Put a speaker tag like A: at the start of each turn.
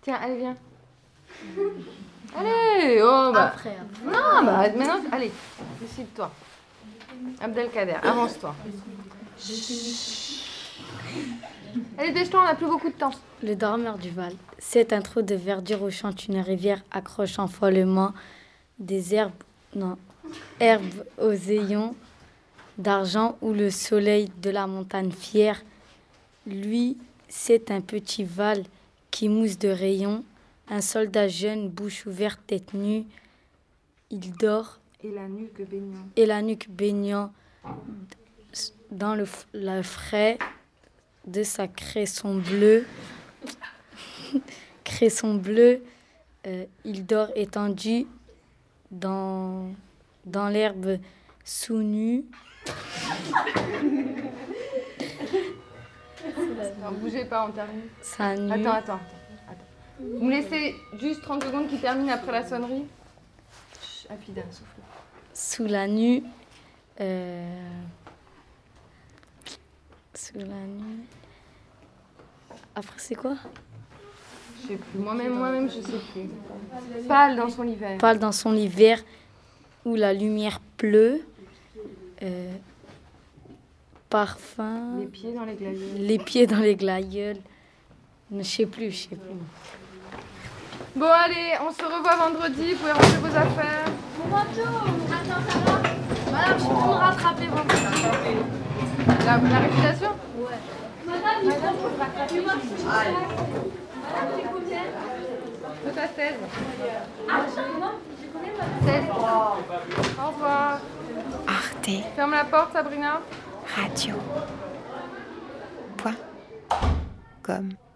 A: Tiens, allez, viens. allez Oh bah.
B: Après, hein. après.
A: Non, bah maintenant, allez, décide-toi. Abdelkader, avance-toi. Allez, dépêche-toi, on n'a plus beaucoup de temps.
B: Le dormeur du Val. Cette intro de verdure où chante une rivière accrochant follement des herbes, non, herbes aux ayons d'argent où le soleil de la montagne fière. Lui, c'est un petit Val qui mousse de rayons, un soldat jeune, bouche ouverte, tête nue. Il dort
A: Et la nuque baignant.
B: et la nuque baignant dans le, f- la frais de sa cresson bleu. cresson bleu, euh, il dort étendu dans, dans l'herbe sous nue.
A: Non, bougez pas, on termine.
B: Sa nue.
A: Attends, attends, attends. Vous me laissez juste 30 secondes qui termine après la sonnerie Chut, Apida, souffle.
B: sous la nue. euh, sous la nue. Après, c'est quoi
A: Je sais plus, moi-même, moi-même, je sais plus. Pâle dans son hiver.
B: parle dans son hiver où la lumière pleut. euh, parfum.
A: Les pieds dans les glaciers.
B: Les pieds dans les glaïeuls. Je sais plus, je sais plus.
A: Bon, allez, on se revoit vendredi, vous pouvez ranger vos affaires.
C: Madame, je peux me rattraper vendredi.
A: La, la réputation
C: Madame, il faut me rattraper. Madame, j'ai combien
A: Tout à 16.
C: Ah, non, j'ai combien, madame
A: 16. Au revoir.
D: Arte
A: Ferme la porte, Sabrina.
D: Radio. Point. Com.